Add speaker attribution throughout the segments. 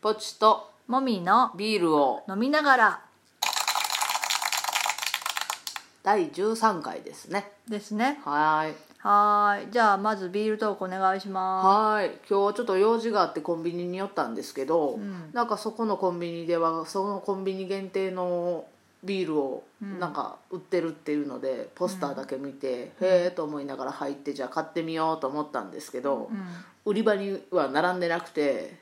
Speaker 1: ポチと
Speaker 2: もみの
Speaker 1: ビールを
Speaker 2: 飲みながら
Speaker 1: 第13回ですね
Speaker 2: ですね
Speaker 1: はーい
Speaker 2: はーいじゃあまずビールトークお願いしま
Speaker 1: はーい今日ちょっと用事があってコンビニに寄ったんですけど、なんかそこのコンビニではそのコンビニ限定のビールをなんか売ってるっていうので、ポスターだけ見て、へえと思いながら入ってじゃあ買ってみようと思ったんですけど、売り場には並んでなくて、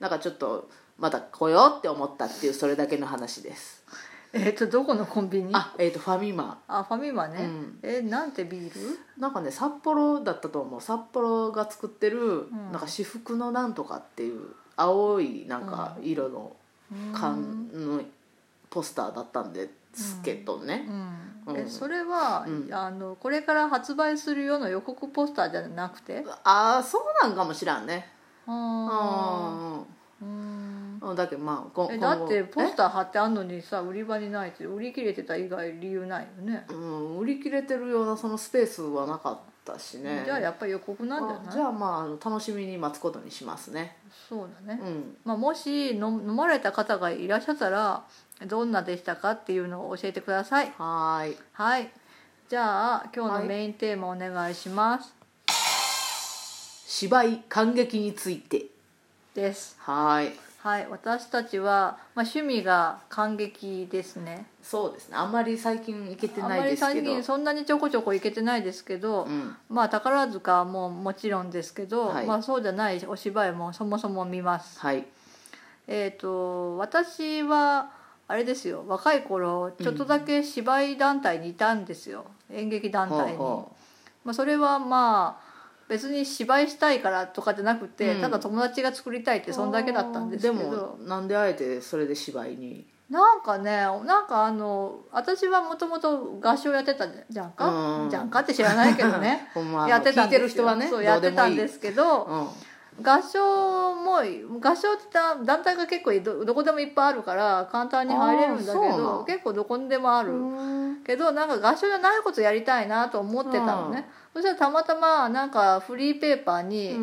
Speaker 1: なんかちょっとまた来ようって思ったっていうそれだけの話です
Speaker 2: すえっとどこのコンビニあ
Speaker 1: あえっ、とファミマ
Speaker 2: ファミマね、
Speaker 1: うん
Speaker 2: えなんてビール
Speaker 1: なんかね札幌だったと思う札幌が作ってる、なんか私服のなんとかっていう青いなんか色の缶のポスターだったんですけどね、
Speaker 2: うん、
Speaker 1: う
Speaker 2: え
Speaker 1: ん
Speaker 2: それは、
Speaker 1: うん
Speaker 2: あのこれから発売するような予告ポスターじゃなくて
Speaker 1: ああそうなんかもしらんね
Speaker 2: あ
Speaker 1: あ
Speaker 2: ーうん
Speaker 1: あだけどまあこ
Speaker 2: えだってポ
Speaker 1: え
Speaker 2: スター貼ってあんのにさ売り場にないって売り切れてた以外理由ないよね
Speaker 1: うん、売り切れてるようなそのスペースはなかったしね
Speaker 2: じゃあやっぱり予告なんじゃ
Speaker 1: あ
Speaker 2: ない
Speaker 1: じゃあまああの楽しみに待つことにしますね
Speaker 2: そうだね、
Speaker 1: うん
Speaker 2: まあ、もし飲飲まれた方がいらっしゃったらどんなでしたかっていうのを教えてください
Speaker 1: はーい
Speaker 2: はいじゃあ今日
Speaker 1: は
Speaker 2: の
Speaker 1: い
Speaker 2: メインテーマお願いします、
Speaker 1: 芝居感激について
Speaker 2: です
Speaker 1: はーい
Speaker 2: はい私たちは、まあ、趣味が感激ですね
Speaker 1: そうですねあんまり最近行けて
Speaker 2: あん
Speaker 1: な
Speaker 2: ま
Speaker 1: いで
Speaker 2: り
Speaker 1: すけ
Speaker 2: 最
Speaker 1: ど
Speaker 2: 近そんなにちょこちょこ行けてないですけど、
Speaker 1: うん
Speaker 2: まあ宝塚ももちろんですけど、
Speaker 1: はい
Speaker 2: まあそうじゃないお芝居もそもそも見ます
Speaker 1: はい
Speaker 2: えっ、と私はあれですよ若い頃ちょっとだけ芝居団体にいたんですよ、演劇団体に、
Speaker 1: ほ
Speaker 2: まあ、それはまあ別に芝居したいからとかじゃなくて、
Speaker 1: うん
Speaker 2: ただ友達が作りたいってそんだけだったん
Speaker 1: う
Speaker 2: ですけ
Speaker 1: で
Speaker 2: ど
Speaker 1: もなんであえてそれで芝居に
Speaker 2: なんかねなんかあの私はもともと合唱やってたじゃんか、
Speaker 1: うん
Speaker 2: じゃんかって知らないけどね
Speaker 1: ほ んまあの
Speaker 2: やって
Speaker 1: 聞
Speaker 2: たん
Speaker 1: い
Speaker 2: で
Speaker 1: てる
Speaker 2: すよ
Speaker 1: 人はね
Speaker 2: そう
Speaker 1: ど
Speaker 2: やっ
Speaker 1: うで
Speaker 2: て
Speaker 1: も
Speaker 2: た
Speaker 1: い
Speaker 2: ん
Speaker 1: い
Speaker 2: ですけど
Speaker 1: うん
Speaker 2: 合唱も合唱って団体が結構どどこでもいっぱいあるから簡単に入れるんだけ
Speaker 1: あーそうな
Speaker 2: ど
Speaker 1: の
Speaker 2: 結構どこにでもある、
Speaker 1: うん
Speaker 2: けどなんか合唱じゃないことやりたいなと思ってたのね、そしたらたまたまなんかフリーペーパーに、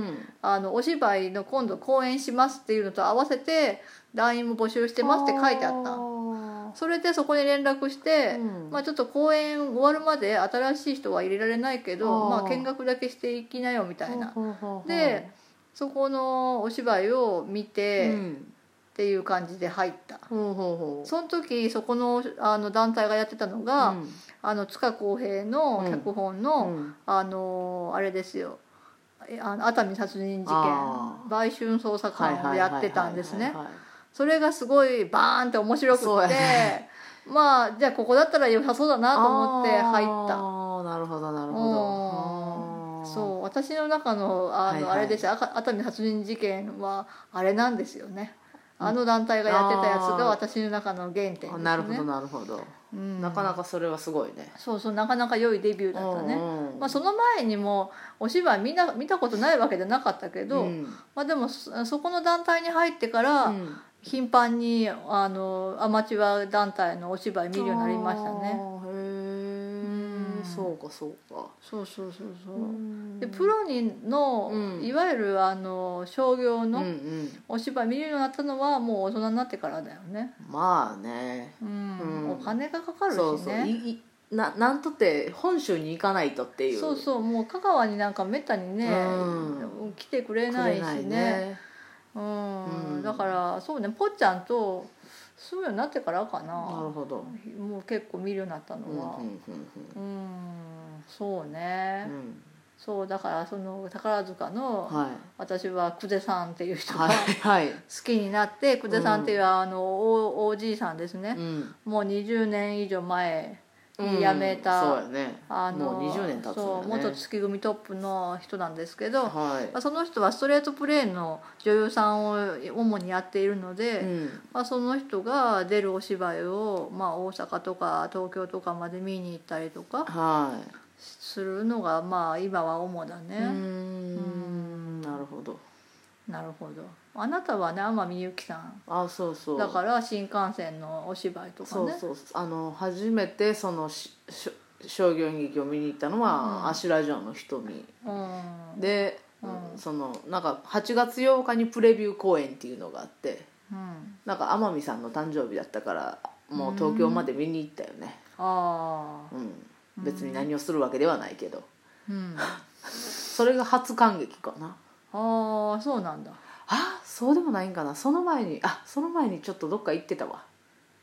Speaker 2: あのお芝居の今度公演しますっていうのと合わせて LINE も募集してますって書いてあったの
Speaker 1: た
Speaker 2: それでそこに連絡して、
Speaker 1: うん
Speaker 2: まあ、ちょっと公演終わるまで新しい人は入れられないけど
Speaker 1: あー
Speaker 2: まあ、見学だけしていきなよみたいな、でそこのお芝居を見て、
Speaker 1: う
Speaker 2: っ
Speaker 1: ん
Speaker 2: ていう感じで入った
Speaker 1: ほうほうほう
Speaker 2: その時そこのあの団体がやってたのが、
Speaker 1: うん
Speaker 2: あの塚公平の脚本の、
Speaker 1: うん
Speaker 2: あのあれですよえあの熱海殺人事件
Speaker 1: あ
Speaker 2: 売春捜査
Speaker 1: はいはい
Speaker 2: 官を
Speaker 1: はい
Speaker 2: やってたんです
Speaker 1: は
Speaker 2: ね
Speaker 1: いはいはい
Speaker 2: それがすごいバーンって面白
Speaker 1: そう
Speaker 2: くっ
Speaker 1: や
Speaker 2: て、
Speaker 1: ね
Speaker 2: まあじゃあここだったら良さそうだなと思って入った
Speaker 1: あーなるほどなるほ
Speaker 2: う
Speaker 1: ど
Speaker 2: ん
Speaker 1: う
Speaker 2: そう私の中のあの、
Speaker 1: はいはい
Speaker 2: あれですよあか熱海殺人事件はあれなんですよねあの団体がやってたやつが私の中の原点ですね
Speaker 1: あなるほどなるほど
Speaker 2: うん
Speaker 1: なかなかそれはすごいね
Speaker 2: そうそうなかなか良いデビューだったね、
Speaker 1: うんうん
Speaker 2: まあ、その前にもお芝居みんな見たことないわけじゃなかったけど、
Speaker 1: うん
Speaker 2: まあ、でもそそこの団体に入ってから
Speaker 1: うん
Speaker 2: 頻繁にあのアマチュア団体のお芝居見るようになりました
Speaker 1: あ
Speaker 2: ね
Speaker 1: ーへ
Speaker 2: うん
Speaker 1: えそうかそうか
Speaker 2: そうそうそうそう、
Speaker 1: うん
Speaker 2: でプロにの、
Speaker 1: うん
Speaker 2: いわゆるあの商業
Speaker 1: うんう
Speaker 2: の
Speaker 1: ん
Speaker 2: お芝居見るようになったのはもう大人になってからだよね、
Speaker 1: まあね
Speaker 2: うん
Speaker 1: うん
Speaker 2: お金がかかるしね
Speaker 1: そうそういいななんとって本州に行かないとっていう
Speaker 2: そうそうもう香川になんかめったにね、
Speaker 1: う
Speaker 2: 来てくれ
Speaker 1: う
Speaker 2: ないしねう、
Speaker 1: うんん
Speaker 2: だからそうねぽっちゃんと住むようになってからかな
Speaker 1: なるほど
Speaker 2: もう結構見るようになった
Speaker 1: うん
Speaker 2: の
Speaker 1: うん
Speaker 2: は
Speaker 1: うん
Speaker 2: うん、そうね
Speaker 1: う、ん
Speaker 2: そうだからその宝塚の、
Speaker 1: は
Speaker 2: 私は久世さんってい
Speaker 1: い
Speaker 2: う人が
Speaker 1: は
Speaker 2: 好
Speaker 1: いはい
Speaker 2: きになって久世さんっていうあのおおじいさんですね
Speaker 1: う、 ん
Speaker 2: もう20年以上前
Speaker 1: うん
Speaker 2: に辞めた、
Speaker 1: そうやね
Speaker 2: あの
Speaker 1: もう20年経つんだね
Speaker 2: そう元月組トップの人なんですけど、ま
Speaker 1: は
Speaker 2: あ、その人はストレートプレーの女優さんを主にやっているので、
Speaker 1: いうん
Speaker 2: まあ、その人が出るお芝居を、まあ、大阪とか東京とかまで見に行ったりとか
Speaker 1: は
Speaker 2: するのが、まあ、今は主だ
Speaker 1: いうー
Speaker 2: ね、
Speaker 1: んなるほど
Speaker 2: なるほどあなたはね天海祐希さん
Speaker 1: あそうそう
Speaker 2: だから新幹線のお芝居とか
Speaker 1: そう
Speaker 2: ね
Speaker 1: そうそうあの初めてそのしし商業演劇を見に行ったのは、
Speaker 2: うん
Speaker 1: アシュラジオの瞳
Speaker 2: うん
Speaker 1: で、
Speaker 2: うん
Speaker 1: そのなんか8月8日にプレビュー公演っていうのがあって
Speaker 2: うん
Speaker 1: なんか天海さんの誕生日だったからもう東京まで見に行ったよね
Speaker 2: ああ
Speaker 1: うん、
Speaker 2: うん
Speaker 1: 別に何をするわけではないけど
Speaker 2: うん
Speaker 1: それが初感激かな
Speaker 2: ああそうなんだ
Speaker 1: あそうでもないんかなその前にあその前にちょっとどっか行ってたわ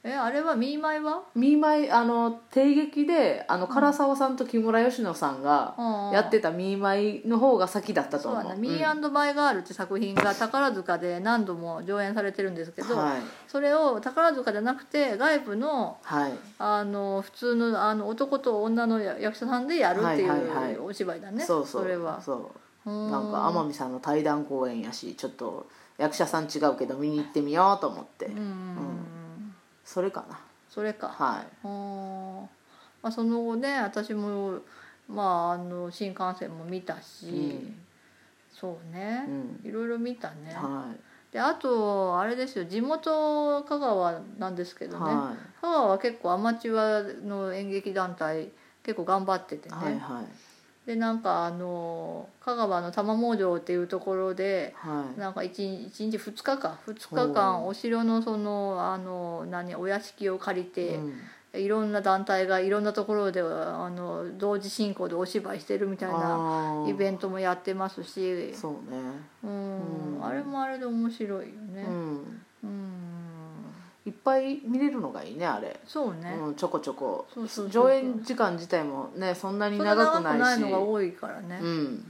Speaker 2: えあれはミーマイは
Speaker 1: 見舞いあの帝劇であの唐沢さんと木村佳乃さんがやってた見舞いの方が先だったと
Speaker 2: そう
Speaker 1: 思う
Speaker 2: なんだ
Speaker 1: う
Speaker 2: 「
Speaker 1: ん
Speaker 2: ミーマイガール」って作品が宝塚で何度も上演されてるんですけど、
Speaker 1: はい
Speaker 2: それを宝塚じゃなくて外部の
Speaker 1: はい
Speaker 2: あの普通のあの男と女の役者さんでやるってい
Speaker 1: はいはいはいう
Speaker 2: お芝居だね、
Speaker 1: そうそう
Speaker 2: れは
Speaker 1: そう
Speaker 2: な
Speaker 1: なんか天海さんの対談公演やしちょっと役者さん違うけど見に行ってみようと思って、
Speaker 2: うんうんうん
Speaker 1: それかな
Speaker 2: それか
Speaker 1: はい
Speaker 2: あーまあ、その後ね私も、まあ、あの新幹線も見たし、
Speaker 1: うん
Speaker 2: そうね
Speaker 1: う、ん
Speaker 2: いろいろ見たね、
Speaker 1: は
Speaker 2: であとあれですよ地元香川なんですけ
Speaker 1: い
Speaker 2: どね、
Speaker 1: は
Speaker 2: 香川は結構アマチュアの演劇団体結構頑張ってて
Speaker 1: い
Speaker 2: ね、
Speaker 1: はいはい
Speaker 2: でなんかあの香川の玉毛城っていうところで
Speaker 1: はい
Speaker 2: なんか 1, 一日2日か2日間
Speaker 1: ほう
Speaker 2: お城のそのあの何お屋敷を借りて、
Speaker 1: うん
Speaker 2: いろんな団体がいろんなところであの同時進行でお芝居してるみたいな
Speaker 1: あー
Speaker 2: イベントもやってますし
Speaker 1: そうね
Speaker 2: うん
Speaker 1: うん
Speaker 2: あれもあれで面白いよね。
Speaker 1: うん
Speaker 2: うん
Speaker 1: いっぱい見れるのがいいねあれ
Speaker 2: そうね、
Speaker 1: うん、ちょこちょこ
Speaker 2: そうそうそうそう
Speaker 1: 上演時間自体もねそんなに
Speaker 2: そんな長
Speaker 1: 長く
Speaker 2: く
Speaker 1: な
Speaker 2: ないい
Speaker 1: し
Speaker 2: のが多いからね。
Speaker 1: うん
Speaker 2: うん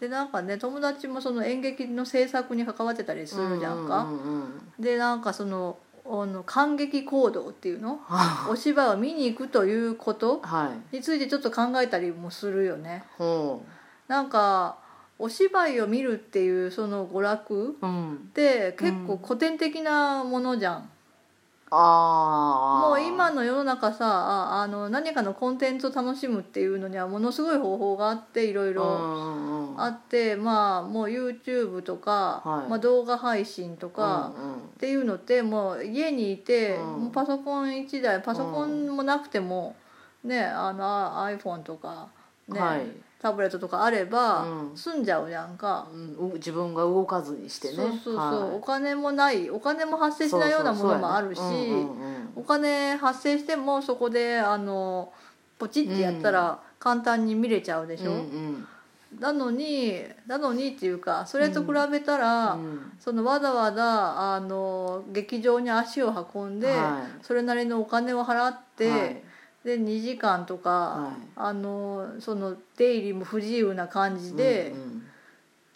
Speaker 2: でなんかね友達もその演劇の制作に関わってたりするじゃんか。
Speaker 1: うんうんうん
Speaker 2: でなんかそのあの感激行動っていう のお芝居を見に行くということ
Speaker 1: はい
Speaker 2: についてちょっと考えたりもするよね。
Speaker 1: ほ
Speaker 2: なんかお芝居を見るっていうその娯楽
Speaker 1: ううん
Speaker 2: って結構古典的なものじゃん、
Speaker 1: ああ
Speaker 2: もう今の世の中さああの何かのコンテンツを楽しむっていうのにはものすごい方法があっていろいろあ
Speaker 1: あ
Speaker 2: って、まあもう YouTube とか、
Speaker 1: はい
Speaker 2: まあ、動画配信とか、っていうのってもう家にいて、
Speaker 1: うん
Speaker 2: もうパソコン1台パソコンもなくても、ねあのあ iPhone とか、ね
Speaker 1: はい
Speaker 2: タブレットとかあれば、
Speaker 1: うん
Speaker 2: 済んじゃうじゃんか。
Speaker 1: うん自分が動かずにしてね
Speaker 2: そうそうそう、お
Speaker 1: は
Speaker 2: 金もないお金も発
Speaker 1: い
Speaker 2: 生しないようなものもあるし、
Speaker 1: そうそうそうやねうんうんうん
Speaker 2: お金発生してもそこであのポチってやったら簡単に見れちゃうでしょ、
Speaker 1: うんうん
Speaker 2: なのになのにっていうかそれと比べたら、
Speaker 1: うん
Speaker 2: そのわざわざあの劇場に足を運んで、
Speaker 1: は
Speaker 2: それなりのお金を払って、
Speaker 1: はい
Speaker 2: で2時間とか、
Speaker 1: はい
Speaker 2: あのその出入りも不自由な感じで。
Speaker 1: うんうん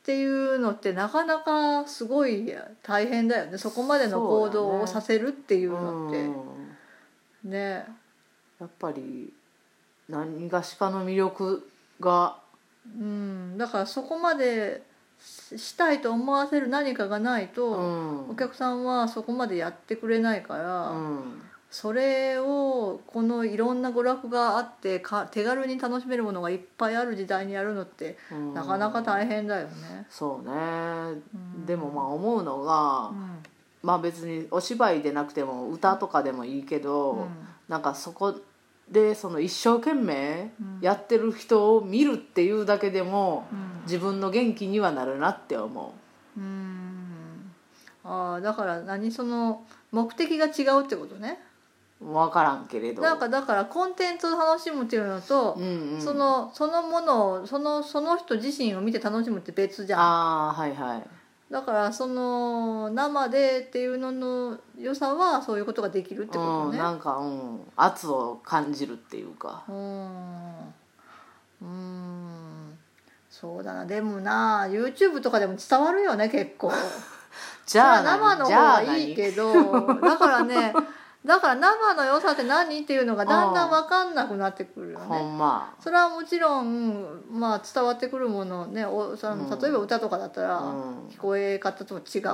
Speaker 2: っていうのってなかなかすごい大変だよねそこまでの行動をさせるっていうのってね
Speaker 1: うんやっぱり何がしかの魅力が
Speaker 2: うんだからそこまでししたいと思わせる何かがないと、
Speaker 1: ん
Speaker 2: お客さんはそこまでやってくれないから、
Speaker 1: うん
Speaker 2: それをこのいろんな娯楽があってか手軽に楽しめるものがいっぱいある時代にやるのって
Speaker 1: うん
Speaker 2: なかなか大変だよね。
Speaker 1: そうね
Speaker 2: うん
Speaker 1: でもまあ思うのが、
Speaker 2: うん
Speaker 1: まあ別にお芝居でなくても歌とかでもいいけど、
Speaker 2: うん
Speaker 1: なんかそこでその一生懸命やってる人を見るっていうだけでも
Speaker 2: うん
Speaker 1: 自分の元気にはなるなって思
Speaker 2: うーんああだから何その目的が違うってことね
Speaker 1: う分からんけれど
Speaker 2: なんかだからコンテンツを楽しむっていうのと
Speaker 1: う、んうん、
Speaker 2: そのそのものをそのその人自身を見て楽しむって別じゃん
Speaker 1: ああはいはい
Speaker 2: だからその生でっていうのの良さはそういうことができるってこと
Speaker 1: うん、
Speaker 2: ね
Speaker 1: なんか、うん、圧を感じるっていうか
Speaker 2: うーんうーんそうだなでもな YouTube とかでも伝わるよね結構。
Speaker 1: じゃあ
Speaker 2: 生の
Speaker 1: 何
Speaker 2: 方
Speaker 1: じゃあ
Speaker 2: が
Speaker 1: 何
Speaker 2: いいけどだからねだから生の良さって何っていうのがだんだん分かんなくなってくるよ
Speaker 1: ほ
Speaker 2: ね。
Speaker 1: んま、
Speaker 2: それはもちろん、まあ、伝わってくるものねおその
Speaker 1: うん
Speaker 2: 例えば歌とかだったら
Speaker 1: うん
Speaker 2: 聞こえ方と違うし、
Speaker 1: う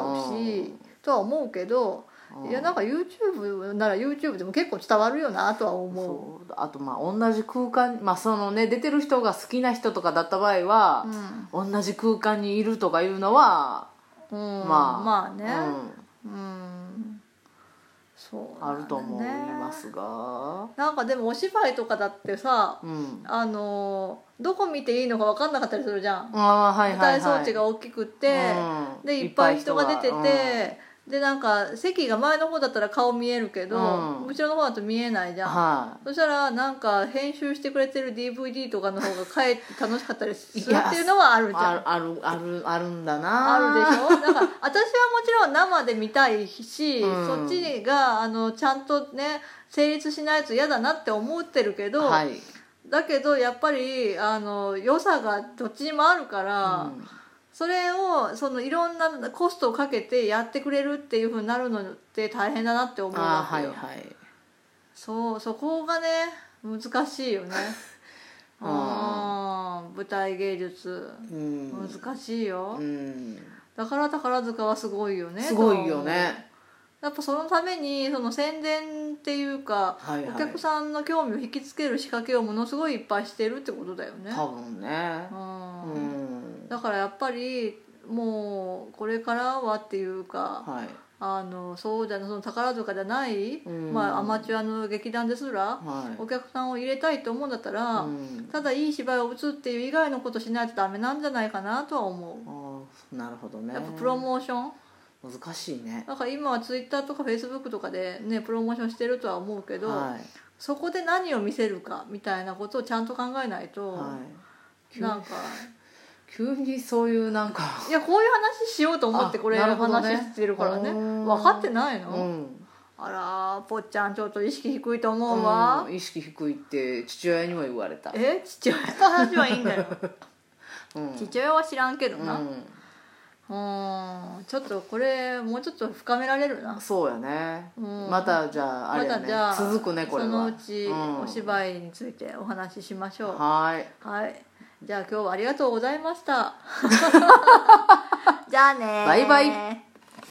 Speaker 1: ん
Speaker 2: とは思うけど、
Speaker 1: うん
Speaker 2: いやなんか YouTube なら YouTube でも結構伝わるよなとは思う。
Speaker 1: そうあとまあ同じ空間まあそのね出てる人が好きな人とかだった場合は
Speaker 2: う、ん
Speaker 1: 同じ空間にいるとかいうのは、
Speaker 2: うん
Speaker 1: まあ
Speaker 2: まあね、
Speaker 1: うん
Speaker 2: うんそう
Speaker 1: あ
Speaker 2: なんだよね
Speaker 1: ると思いますが、
Speaker 2: なんかでもお芝居とかだってさ
Speaker 1: うん、
Speaker 2: あのーどこ見ていいのか分かんなかったりするじゃん、
Speaker 1: ああーはいは
Speaker 2: 舞
Speaker 1: い、は
Speaker 2: 台
Speaker 1: い、
Speaker 2: 装置が大きくって、
Speaker 1: うん
Speaker 2: でいっぱい人が出てて、
Speaker 1: いっぱい人が
Speaker 2: でなんか席が前の方だったら顔見えるけど、
Speaker 1: うん
Speaker 2: 後ろの方だと見えないじゃん、
Speaker 1: は
Speaker 2: そしたらなんか編集してくれてる DVD とかの方がかえって楽しかったりする
Speaker 1: いや
Speaker 2: っていうのはある
Speaker 1: い
Speaker 2: じゃん
Speaker 1: あるあるあるあるんだな
Speaker 2: あるでしょだから私はもちろん生で見たいし、
Speaker 1: うん
Speaker 2: そっちがあのちゃんとね成立しないと嫌だなって思ってるけど、
Speaker 1: はい、
Speaker 2: だけどやっぱりあの良さがどっちにもあるから、
Speaker 1: うん
Speaker 2: それをそのいろんなコストをかけてやってくれるっていうふうになるのって大変だなって思
Speaker 1: あ
Speaker 2: うわ
Speaker 1: ーは
Speaker 2: け
Speaker 1: い
Speaker 2: よ、
Speaker 1: はい
Speaker 2: そうそこがね難しいよねあー舞台芸術
Speaker 1: うん、
Speaker 2: 難しいよ、
Speaker 1: うん、
Speaker 2: だから宝塚はすごいよね
Speaker 1: すごいよね
Speaker 2: やっぱそのためにその宣伝っていうか、
Speaker 1: はいはい
Speaker 2: お客さんの興味を引きつける仕掛けをものすごいいっぱいしてるってことだよね。
Speaker 1: 多分ね
Speaker 2: う
Speaker 1: うんん
Speaker 2: だからやっぱりもうこれからはっていうか
Speaker 1: はい
Speaker 2: あのそうじゃなその宝塚じゃない、
Speaker 1: うん
Speaker 2: まあ、アマチュアの劇団ですら
Speaker 1: はい
Speaker 2: お客さんを入れたいと思うんだったら、
Speaker 1: うん
Speaker 2: ただいい芝居を打つっていう以外のことしないとダメなんじゃないかなとは思
Speaker 1: あーなるほど
Speaker 2: う。
Speaker 1: ね
Speaker 2: やっぱプロモーション
Speaker 1: 難しいね
Speaker 2: なんか今はツイッターとかフェイスブックとかでねプロモーションしてるとは思うけど、
Speaker 1: は
Speaker 2: そこで何を見せるかみたいなことをちゃんと考えない
Speaker 1: い
Speaker 2: と、
Speaker 1: はい
Speaker 2: なんか
Speaker 1: 急にそういうなんか
Speaker 2: いやこういう話しようと思って
Speaker 1: あ
Speaker 2: これ
Speaker 1: なるほどね
Speaker 2: 話してるからね
Speaker 1: うん
Speaker 2: 分かってないうの、
Speaker 1: ん
Speaker 2: あらーぽっちゃんちょっと意識低いと思うわ、
Speaker 1: うん意識低いって父親にも言われた
Speaker 2: え父親の話はいいんだよ
Speaker 1: うん
Speaker 2: 父親は知らんけど
Speaker 1: う
Speaker 2: なうんーんちょっとこれもうちょっと深められるな
Speaker 1: そうやね
Speaker 2: うん
Speaker 1: またじゃああ
Speaker 2: ま
Speaker 1: れや
Speaker 2: た
Speaker 1: ね
Speaker 2: じゃあ
Speaker 1: 続くねこれは
Speaker 2: そのうち
Speaker 1: ん
Speaker 2: お芝居についてお話ししましょう、
Speaker 1: はい
Speaker 2: はい。 じゃあ今日はありがとうございました。じゃあねー
Speaker 1: バイバイ